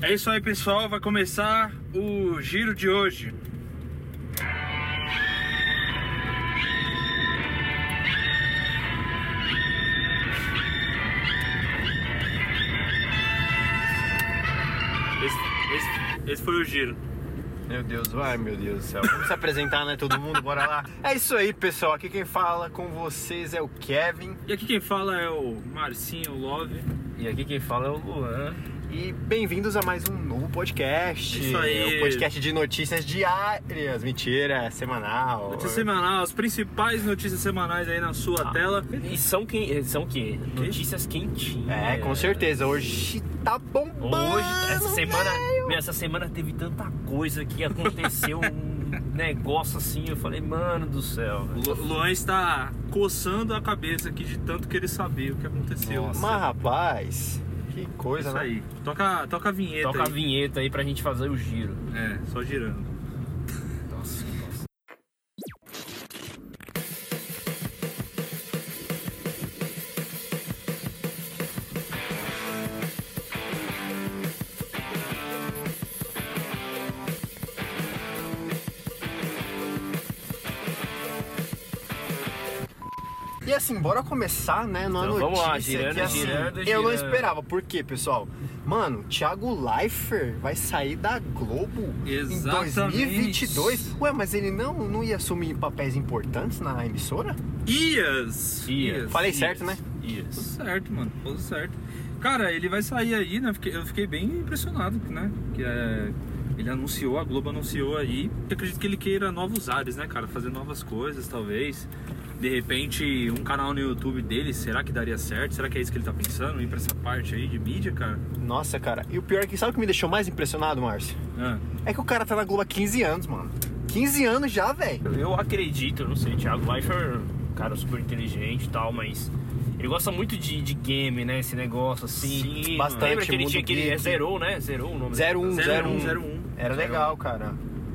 É isso aí, pessoal. Vai começar o giro de hoje. Esse, esse- esse foi o giro. Meu Deus, vai, meu Deus do céu. Vamos se apresentar, né, todo mundo? Bora lá. É isso aí, pessoal. Aqui quem fala com vocês é o Kevin. E aqui quem fala é o Marcinho Love. E aqui quem fala é o Luan. E bem-vindos a mais um novo podcast. Isso aí. É um podcast de notícias diárias. Mentira, é semanal. Notícia semanal, as principais notícias semanais aí na sua Ah. tela. E são quem? São que? Notícias quentinhas. É, com Ah, certeza. Hoje tá bombando. Hoje, essa semana, velho. meu, essa semana teve tanta coisa que aconteceu um negócio assim, eu falei, mano do céu. O velho. Lu- Luan está coçando a cabeça aqui de tanto que ele sabia o que aconteceu. Mas, rapaz, que É coisa, Isso né? aí. Toca, toca a vinheta Toca a aí. vinheta aí pra gente fazer o giro. É, só girando. Nossa, nossa. E assim, bora começar, né? Numa Então, notícia vamos lá, girando, que, assim, girando, eu não girando. esperava. Por quê, pessoal? Mano, Thiago Leifert vai sair da Globo Exatamente. em 2022. Ué, mas ele não, não ia assumir papéis importantes na emissora? Ias! Ias. Falei certo, né? Tudo Yes. certo, mano. Tudo certo. Cara, ele vai sair aí, né? Fiquei- Eu fiquei bem impressionado, né? Que é, ele anunciou, a Globo anunciou aí. Eu acredito que ele queira novos ares, né, cara? Fazer novas coisas, talvez. De repente, um canal no YouTube dele, será que daria certo? Será que é isso que ele tá pensando? Ir pra essa parte aí de mídia, cara? Nossa, cara. E o pior é que sabe o que me deixou mais impressionado, Márcio? Ah, É que o cara tá na Globo há 15 anos, mano. 15 anos já, velho. Eu acredito, eu não sei, Thiago Leifert, um cara super inteligente e tal, mas ele gosta muito de, de game, né? Esse negócio assim. Sim, E bastante, Lembra que ele mundo tinha aquele. geek. É, zerou, né? Zerou o nome dele. 01, 01. 01. Era legal, cara.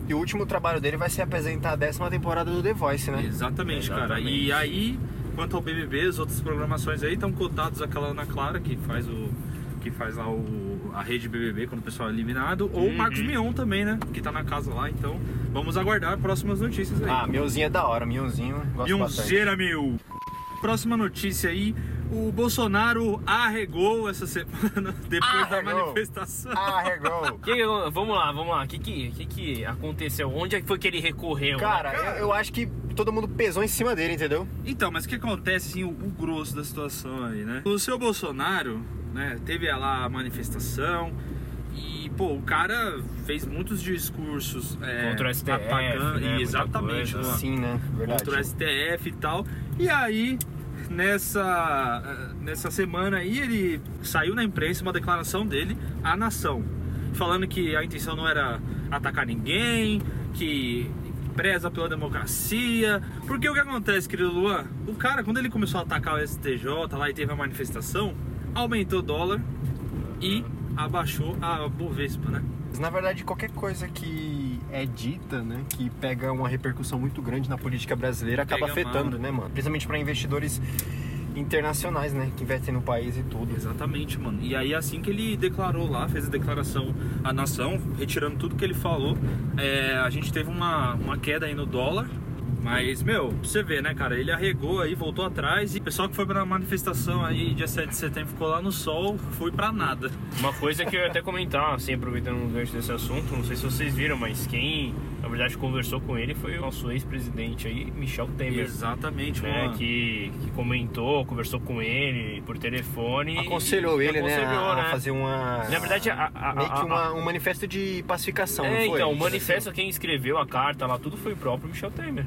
E o último trabalho dele vai ser apresentar a décima temporada do The Voice, né? Exatamente, cara. Exatamente. E aí, quanto ao BBB, as outras programações aí estão cotados aquela Ana Clara que faz o que faz lá o, a rede BBB quando o pessoal é eliminado, ou Uhum. o Marcos Mion também, né, que tá na casa lá, então vamos aguardar próximas notícias aí. Ah, Mionzinho é da hora, Mionzinho. Gosto e um bastante. zera meu. Próxima notícia aí, o Bolsonaro arregou essa semana depois da Arregou. manifestação. Ah, Arregou. Que que acon- vamos lá, vamos lá. O que que, que que aconteceu? Onde é que foi que ele recorreu? Cara, eu, eu acho que todo mundo pesou em cima dele, entendeu? Então, mas o que acontece, assim, o, o grosso da situação aí, né? O seu Bolsonaro, né, teve lá a manifestação e, pô, o cara fez muitos discursos... é, Contra o STF, atacando- né, e muita exatamente, assim, coisa. Luan, Sim, né? Verdade. é. contra o STF e tal. E aí, nessa, eh, nessa semana aí, ele saiu na imprensa uma declaração dele à nação, falando que a intenção não era atacar ninguém, que preza pela democracia. Porque o que acontece, querido Luan? O cara, quando ele começou a atacar o STJ lá e teve a manifestação, aumentou o dólar e abaixou a Bovespa, né? Mas, na verdade, qualquer coisa que é dita, né, que pega uma repercussão muito grande na política brasileira, acaba Pega afetando, mal. né, mano? Principalmente pra investidores internacionais, né, que investem no país e tudo. Exatamente, mano. E aí assim que ele declarou lá, fez a declaração à nação, retirando tudo que ele falou, é, a gente teve uma, uma queda aí no dólar. Mas, meu, pra você vê, né, cara? Ele arregou aí, voltou atrás e o pessoal que foi pra manifestação aí, dia 7 de setembro, ficou lá no sol, foi pra nada. Uma coisa que eu ia até comentar, assim, aproveitando o gancho desse assunto, não sei se vocês viram, mas quem, na verdade, conversou com ele foi o nosso ex-presidente aí, Michel Temer. Exatamente, Né, mano. que, que comentou, conversou com ele por telefone. Aconselhou E- ele, né, aconselhou, a né? fazer uma... Na verdade, a, a- a- meio que a- uma- um manifesto de pacificação, É, não foi? então, o manifesto, quem escreveu a carta lá, tudo foi o próprio Michel Temer.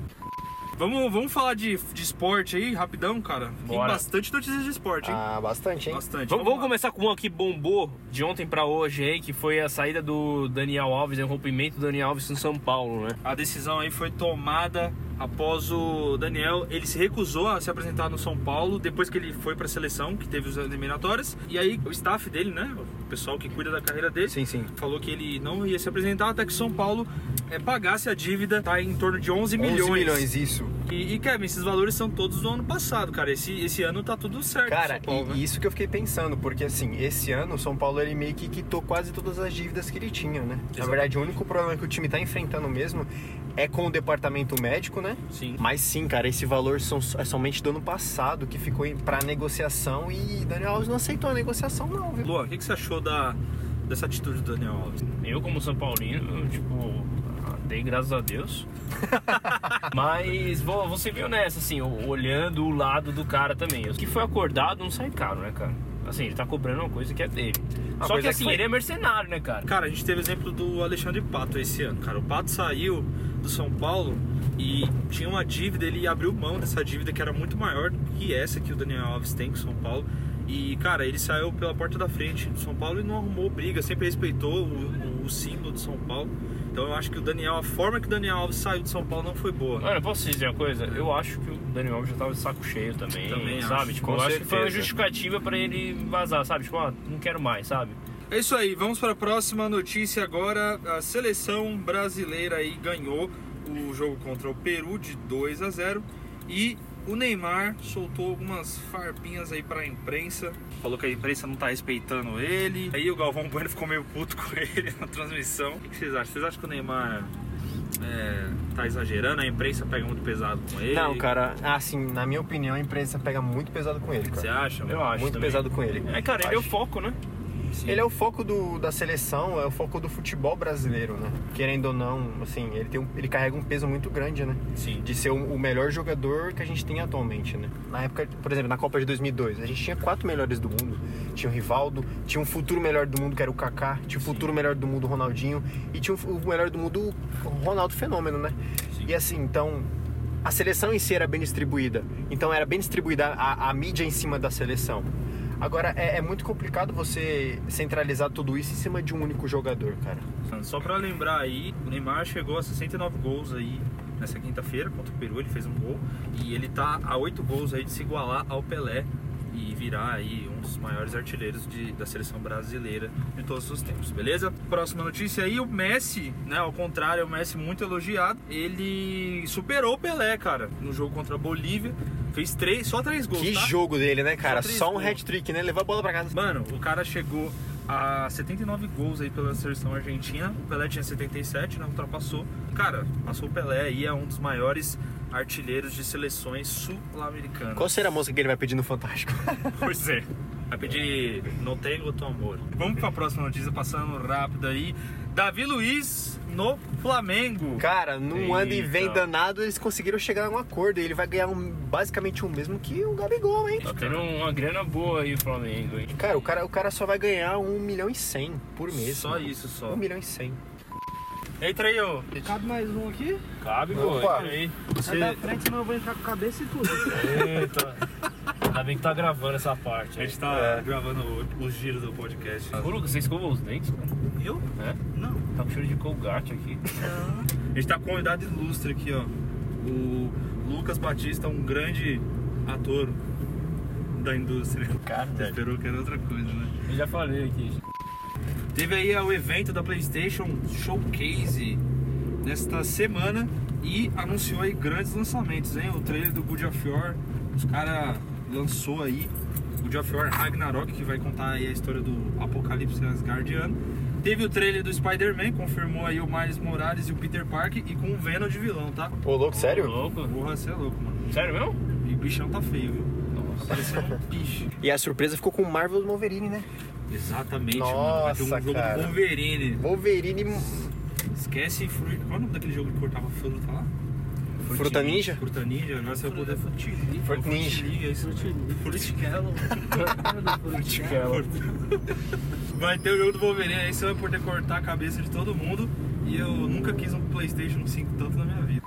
Vamos, vamos falar de, de esporte aí, rapidão, cara. Tem Bora. bastante notícias de esporte, hein? Ah, bastante, hein? bastante. Vamos, vamos lá. começar com uma que bombou de ontem pra hoje aí, que foi a saída do Daniel Alves, né, o rompimento do Daniel Alves no São Paulo, né? A decisão aí foi tomada após o Daniel, ele se recusou a se apresentar no São Paulo depois que ele foi para a seleção, que teve os eliminatórias. E aí o staff dele, né, o pessoal que cuida da carreira dele, Sim, sim. falou que ele não ia se apresentar até que o São Paulo eh, pagasse a dívida, tá em torno de 11 11 milhões. milhões, isso. E, e, Kevin, esses valores são todos do ano passado, cara. Esse, esse ano tá tudo certo. Cara, São Paulo, e- né? e isso que eu fiquei pensando, porque assim, esse ano o São Paulo ele meio que quitou quase todas as dívidas que ele tinha, né? Na Exato. verdade, o único problema que o time tá enfrentando mesmo é com o departamento médico, né? Sim. Mas sim, cara, esse valor são, é somente do ano passado que ficou em- pra negociação e Daniel Alves não aceitou a negociação, não, viu? Luan, o que, que você achou da, dessa atitude do Daniel Alves? Eu, como São Paulino, eu, tipo, dei graças a Deus. Mas vou, vou ser bem honesto, assim, o- olhando o lado do cara também. O que foi acordado não sai caro, né, cara? Assim, ele tá cobrando uma coisa que é dele. Uma Só coisa que assim, que foi- ele é mercenário, né, cara? Cara, a gente teve o exemplo do Alexandre Pato esse ano, cara. O Pato saiu do São Paulo e tinha uma dívida, ele abriu mão dessa dívida que era muito maior do que essa que o Daniel Alves tem com o São Paulo. E, cara, ele saiu pela porta da frente do São Paulo e não arrumou briga, sempre respeitou o, o- o símbolo do São Paulo. Então eu acho que o Daniel, a forma que o Daniel Alves saiu do São Paulo não foi boa. Mano, eu posso te dizer uma coisa? Eu acho que o Daniel Alves já tava de saco cheio também, Também sabe? acho, tipo, com eu acho que foi uma certeza. justificativa pra ele vazar, sabe? Tipo, ó, não quero mais, sabe? É isso aí, vamos para a próxima notícia agora. A seleção brasileira aí ganhou o jogo contra o Peru de 2 a 0 e o Neymar soltou algumas farpinhas aí para a imprensa. Falou que a imprensa não tá respeitando ele. Aí o Galvão Bueno ficou meio puto com ele na transmissão. O que vocês acham? Vocês acham que o Neymar é, tá exagerando? A imprensa pega muito pesado com ele? Não, cara, assim, na minha opinião, a imprensa pega muito pesado com ele, Você cara. acha? Eu acho. Muito também. pesado com ele. É, cara, ele é o Acho. foco, né? Sim. Ele é o foco do- da seleção, é o foco do futebol brasileiro, né? Querendo ou não, assim, ele, tem um- ele carrega um peso muito grande, né? Sim. De ser o, o melhor jogador que a gente tem atualmente, né? Na época, por exemplo, na Copa de 2002, a gente tinha quatro melhores do mundo. Tinha o Rivaldo, tinha um futuro melhor do mundo, que era o Kaká, tinha o futuro melhor do mundo, o Ronaldinho, e tinha o fu- o melhor do mundo, o Ronaldo Fenômeno, né? Sim. E assim, então, a seleção em si era bem distribuída. Então era bem distribuída a, a mídia em cima da seleção. Agora, é, é muito complicado você centralizar tudo isso em cima de um único jogador, cara. Só pra lembrar aí, o Neymar chegou a 69 gols aí nessa quinta-feira contra o Peru, ele fez um gol e ele tá a 8 gols aí de se igualar ao Pelé e virar aí um dos maiores artilheiros de- da seleção brasileira de todos os tempos, beleza? Próxima notícia aí, o Messi, né, ao contrário, o Messi muito elogiado, ele superou o Pelé, cara, no jogo contra a Bolívia, fez três, só três gols, Que tá? jogo dele, né, cara? Só Só, três um gols. hat-trick, né? Levar a bola pra casa. Mano, o cara chegou a 79 gols aí pela seleção argentina. O Pelé tinha 77, né? Ultrapassou. Cara, passou o Pelé e é um dos maiores artilheiros de seleções sul-americanas. Qual será a música que ele vai pedir no Fantástico? Pois é. Vai pedir Não Tengo Tu Amor. Vamos pra próxima notícia, passando rápido aí. Davi Luiz no Flamengo. Cara, num ano e vem Eita. danado, eles conseguiram chegar a um acordo. E ele vai ganhar um- basicamente o mesmo que o Gabigol, hein? Tá tendo uma grana boa aí o Flamengo, hein? Cara, o cara, o cara só vai ganhar um milhão e cem por mês. Só isso, só. Um milhão e cem. Entra aí, ô. Cabe mais um aqui? Cabe, pô. Opa. entra aí. Sai É. da frente, senão eu vou entrar com a cabeça e tudo. Eita. Ainda bem que tá gravando essa parte. A aí. gente tá gravando o, o giro do podcast. Ô, Lucas, você escovou os dentes, cara? Eu? É? Não. Tá com cheiro de Colgate aqui. A gente tá com um convidado ilustre aqui, ó. O Lucas Batista, um grande ator da indústria. Cara, Você esperou que era outra coisa, né? Eu já falei aqui. Teve aí é, o evento da PlayStation Showcase nesta semana e anunciou aí grandes lançamentos, hein? O trailer do Good of War, os caras lançou aí o God of War Ragnarok, que vai contar aí a história do Apocalipse Asgardiano. Teve o trailer do Spider-Man, confirmou aí o Miles Morales e o Peter Parker e com o Venom de vilão, tá? Ô, louco, Ô, sério? Louco? Porra, você é louco, mano. Sério mesmo? E o bichão tá feio, viu? Tá parecendo um bicho. E a surpresa ficou com o Marvel Wolverine, né? Exatamente, mano. Vai Nossa, ter um jogo cara. do Wolverine. Wolverine Esquece fruta. Qual é o nome daquele jogo que cortava fruta lá? Fruta Ninja? Fruta Ninja, agora você vai poder. Frutilinho. Fruit Ninja. Frutilinha, isso. Frutiquela. Frutiquela. Vai ter o jogo do Wolverine é aí, você vai poder cortar a cabeça de todo mundo. E eu nunca quis um PlayStation 5 tanto na minha vida.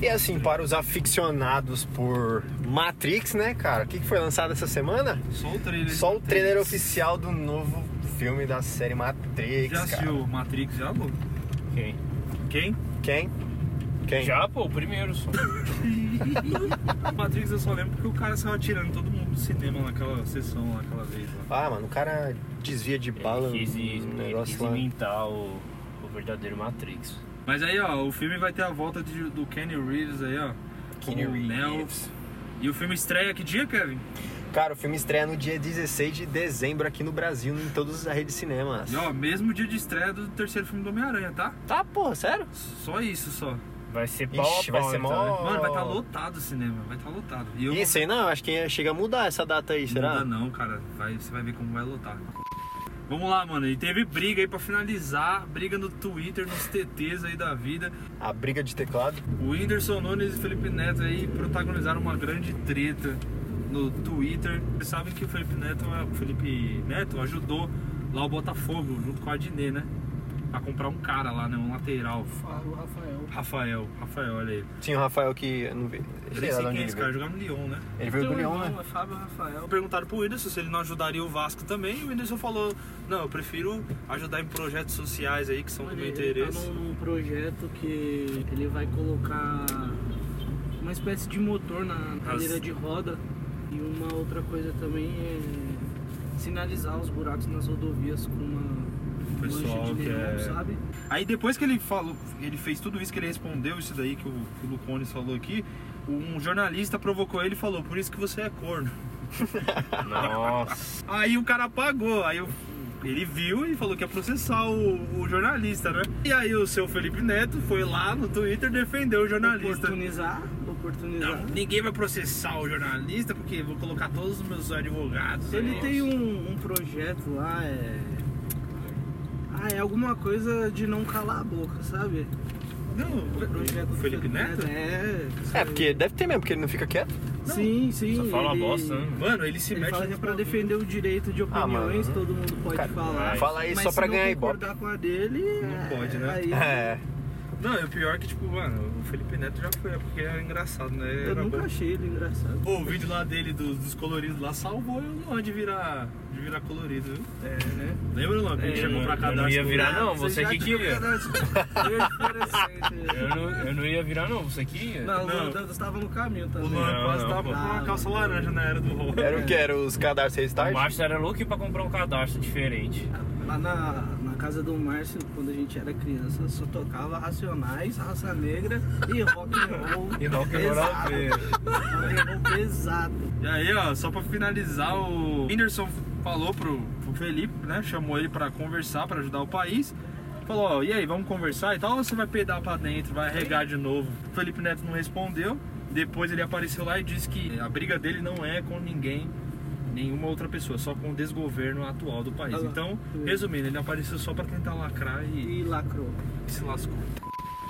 E assim, para os aficionados por Matrix, né, cara? O que que foi lançado essa semana? Só o trailer. Só o trailer oficial do novo filme da série Matrix, Já cara. assistiu Matrix, já, amor? Quem? Quem? Quem? Quem? Já, pô, o primeiro só. Matrix eu só lembro porque o cara saiu atirando todo mundo do cinema naquela sessão lá, aquela vez lá. Ah, mano, o cara desvia É de bala. Ele quis, um ele negócio quis lá. inventar o, o verdadeiro Matrix. Mas aí, ó, o filme vai ter a volta de- do Kenny Reeves aí, ó. Keanu com o Neo. Reeves. E o filme estreia que dia, Kevin? Cara, o filme estreia no dia 16 de dezembro aqui no Brasil, em todas as redes de cinemas. E ó, mesmo dia de estreia do terceiro filme do Homem-Aranha, tá? Tá, porra, sério? Só isso, só. Vai ser pau Ixi, a vai pau, ser então, mó- né? Mano, vai estar lotado o cinema, vai estar lotado. E eu Oh. né? E Isso aí não, acho que chega a mudar essa data aí, Não será? dá não, cara. Vai- você vai ver como vai lotar. Vamos lá, mano. E teve briga aí pra finalizar. Briga no Twitter, nos TTs aí da vida. A briga de teclado. O Whindersson Nunes e Felipe Neto aí protagonizaram uma grande treta no Twitter. Vocês sabem que o Felipe Neto, o Felipe Neto ajudou lá o Botafogo, junto com a Adnet, né? A comprar um cara lá, né? Um lateral. Ah, o Rafael. Rafael, Rafael, olha aí. Tinha o Rafael que. eu Não vi. Eu sei nem sei quem lá de onde é ele esse cara, veio. jogava no Lyon, né? Ele veio do Teu Leão, irmão né? é Fábio Rafael. Perguntaram pro Whindersson se ele não ajudaria o Vasco também. E o Whindersson falou: Não, eu prefiro ajudar em projetos sociais aí que são do Mano, meu ele tá interesse. num, num projeto que ele vai colocar uma espécie de motor na cadeira de roda. E uma outra coisa também é sinalizar os buracos nas rodovias com uma Pessoal mancha de que neon, é- sabe? Aí depois que ele falou, ele fez tudo isso, que ele respondeu isso daí que o, que o Lucones falou aqui, um jornalista provocou ele e falou: Por isso que você é corno. Nossa. Aí o cara apagou, aí o- ele viu e falou que ia processar o, o jornalista, né? E aí o seu Felipe Neto foi lá no Twitter defendeu o jornalista. Oportunizar, oportunizar. Não, ninguém vai processar o jornalista porque vou colocar todos os meus advogados. Ele aí. tem um, um projeto lá, é. Ah, é alguma coisa de não calar a boca, sabe? Não, O projeto o do Felipe Neto? É. É, porque deve ter mesmo, porque ele não fica quieto. Sim, sim. Só fala ele- bosta, né? Mano, ele se Ele mete fala que é nos pra bagulho. defender o direito de Ah, mano. opiniões, todo mundo pode Cara, falar. fala isso mas só pra se ganhar não ibope. concordar com a dele. Não é, pode, né? Aí, É. Não, e o pior é que, tipo, mano, o Felipe Neto já foi, é porque era engraçado, né? Eu Era nunca bom. achei ele engraçado. Pô, o vídeo lá dele dos, dos coloridos lá salvou eu não de virar, de virar colorido, viu? É, né? Lembra, Luan? Que ele É, chegou eu pra não- cadastro. eu não ia virar, lá. não. você já que tinha queria. um pedaço de verde fluorescente. Eu não, eu não ia virar, não. Você queria? Não, Não. o Luan estava no caminho O também. Luan Não, quase não, tava pô. com uma calça laranja na era do rolo. Era o que? Era os cadastros tá- O restart? Márcio era louco pra comprar um cadastro diferente. Lá na, na casa do Márcio, quando a gente era criança, só tocava Racionais, Raça Negra e rock and roll. E rock and roll pesado. era Rock and roll pesado. E aí, ó, só pra finalizar, o Whindersson falou pro, pro Felipe, né? Chamou ele pra conversar, pra ajudar o país. Falou, ó, e aí, vamos conversar e tal? Ou você vai pedar pra dentro, vai regar de novo? O Felipe Neto não respondeu. Depois ele apareceu lá e disse que a briga dele não é com ninguém, nenhuma outra pessoa, só com o desgoverno atual do país. Ah lá. Então, resumindo, ele apareceu só pra tentar lacrar e E lacrou. se lascou.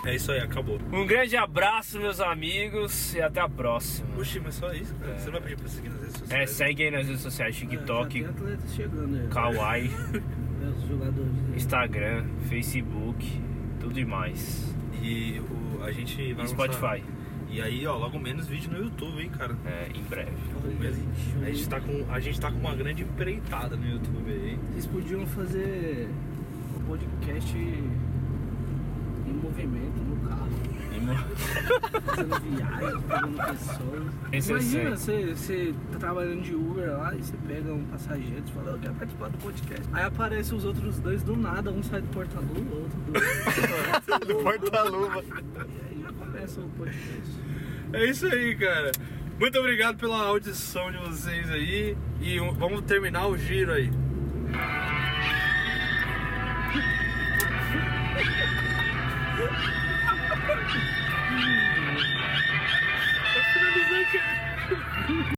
É isso aí, acabou. Um grande abraço, meus amigos, e até a próxima. Oxi, mas só isso, cara. Você não vai pedir pra seguir nas redes É, sociais? segue aí nas redes sociais, É, TikTok, já tem atletas chegando aí. Kawaii, É, Os jogadores. Instagram, Facebook, tudo e mais. E o- a gente vai E lançar- Spotify, E aí, ó, logo menos vídeo no YouTube, hein, cara. é, em breve. Logo menos. A gente tá com, a gente tá com uma grande empreitada no YouTube aí. hein? Eles podiam fazer um podcast em movimento no carro, E mo- fazendo viagem, pegando pessoas. É Imagina, Interessante. você, você tá trabalhando de Uber lá e você pega um passageiro e fala, eu quero participar do podcast. Aí aparecem os outros dois do nada, um sai do porta-luva, o outro do. Do porta-luva. e aí já começa o podcast. É isso aí, cara. Muito obrigado pela audição de vocês aí. E um- vamos terminar o giro aí.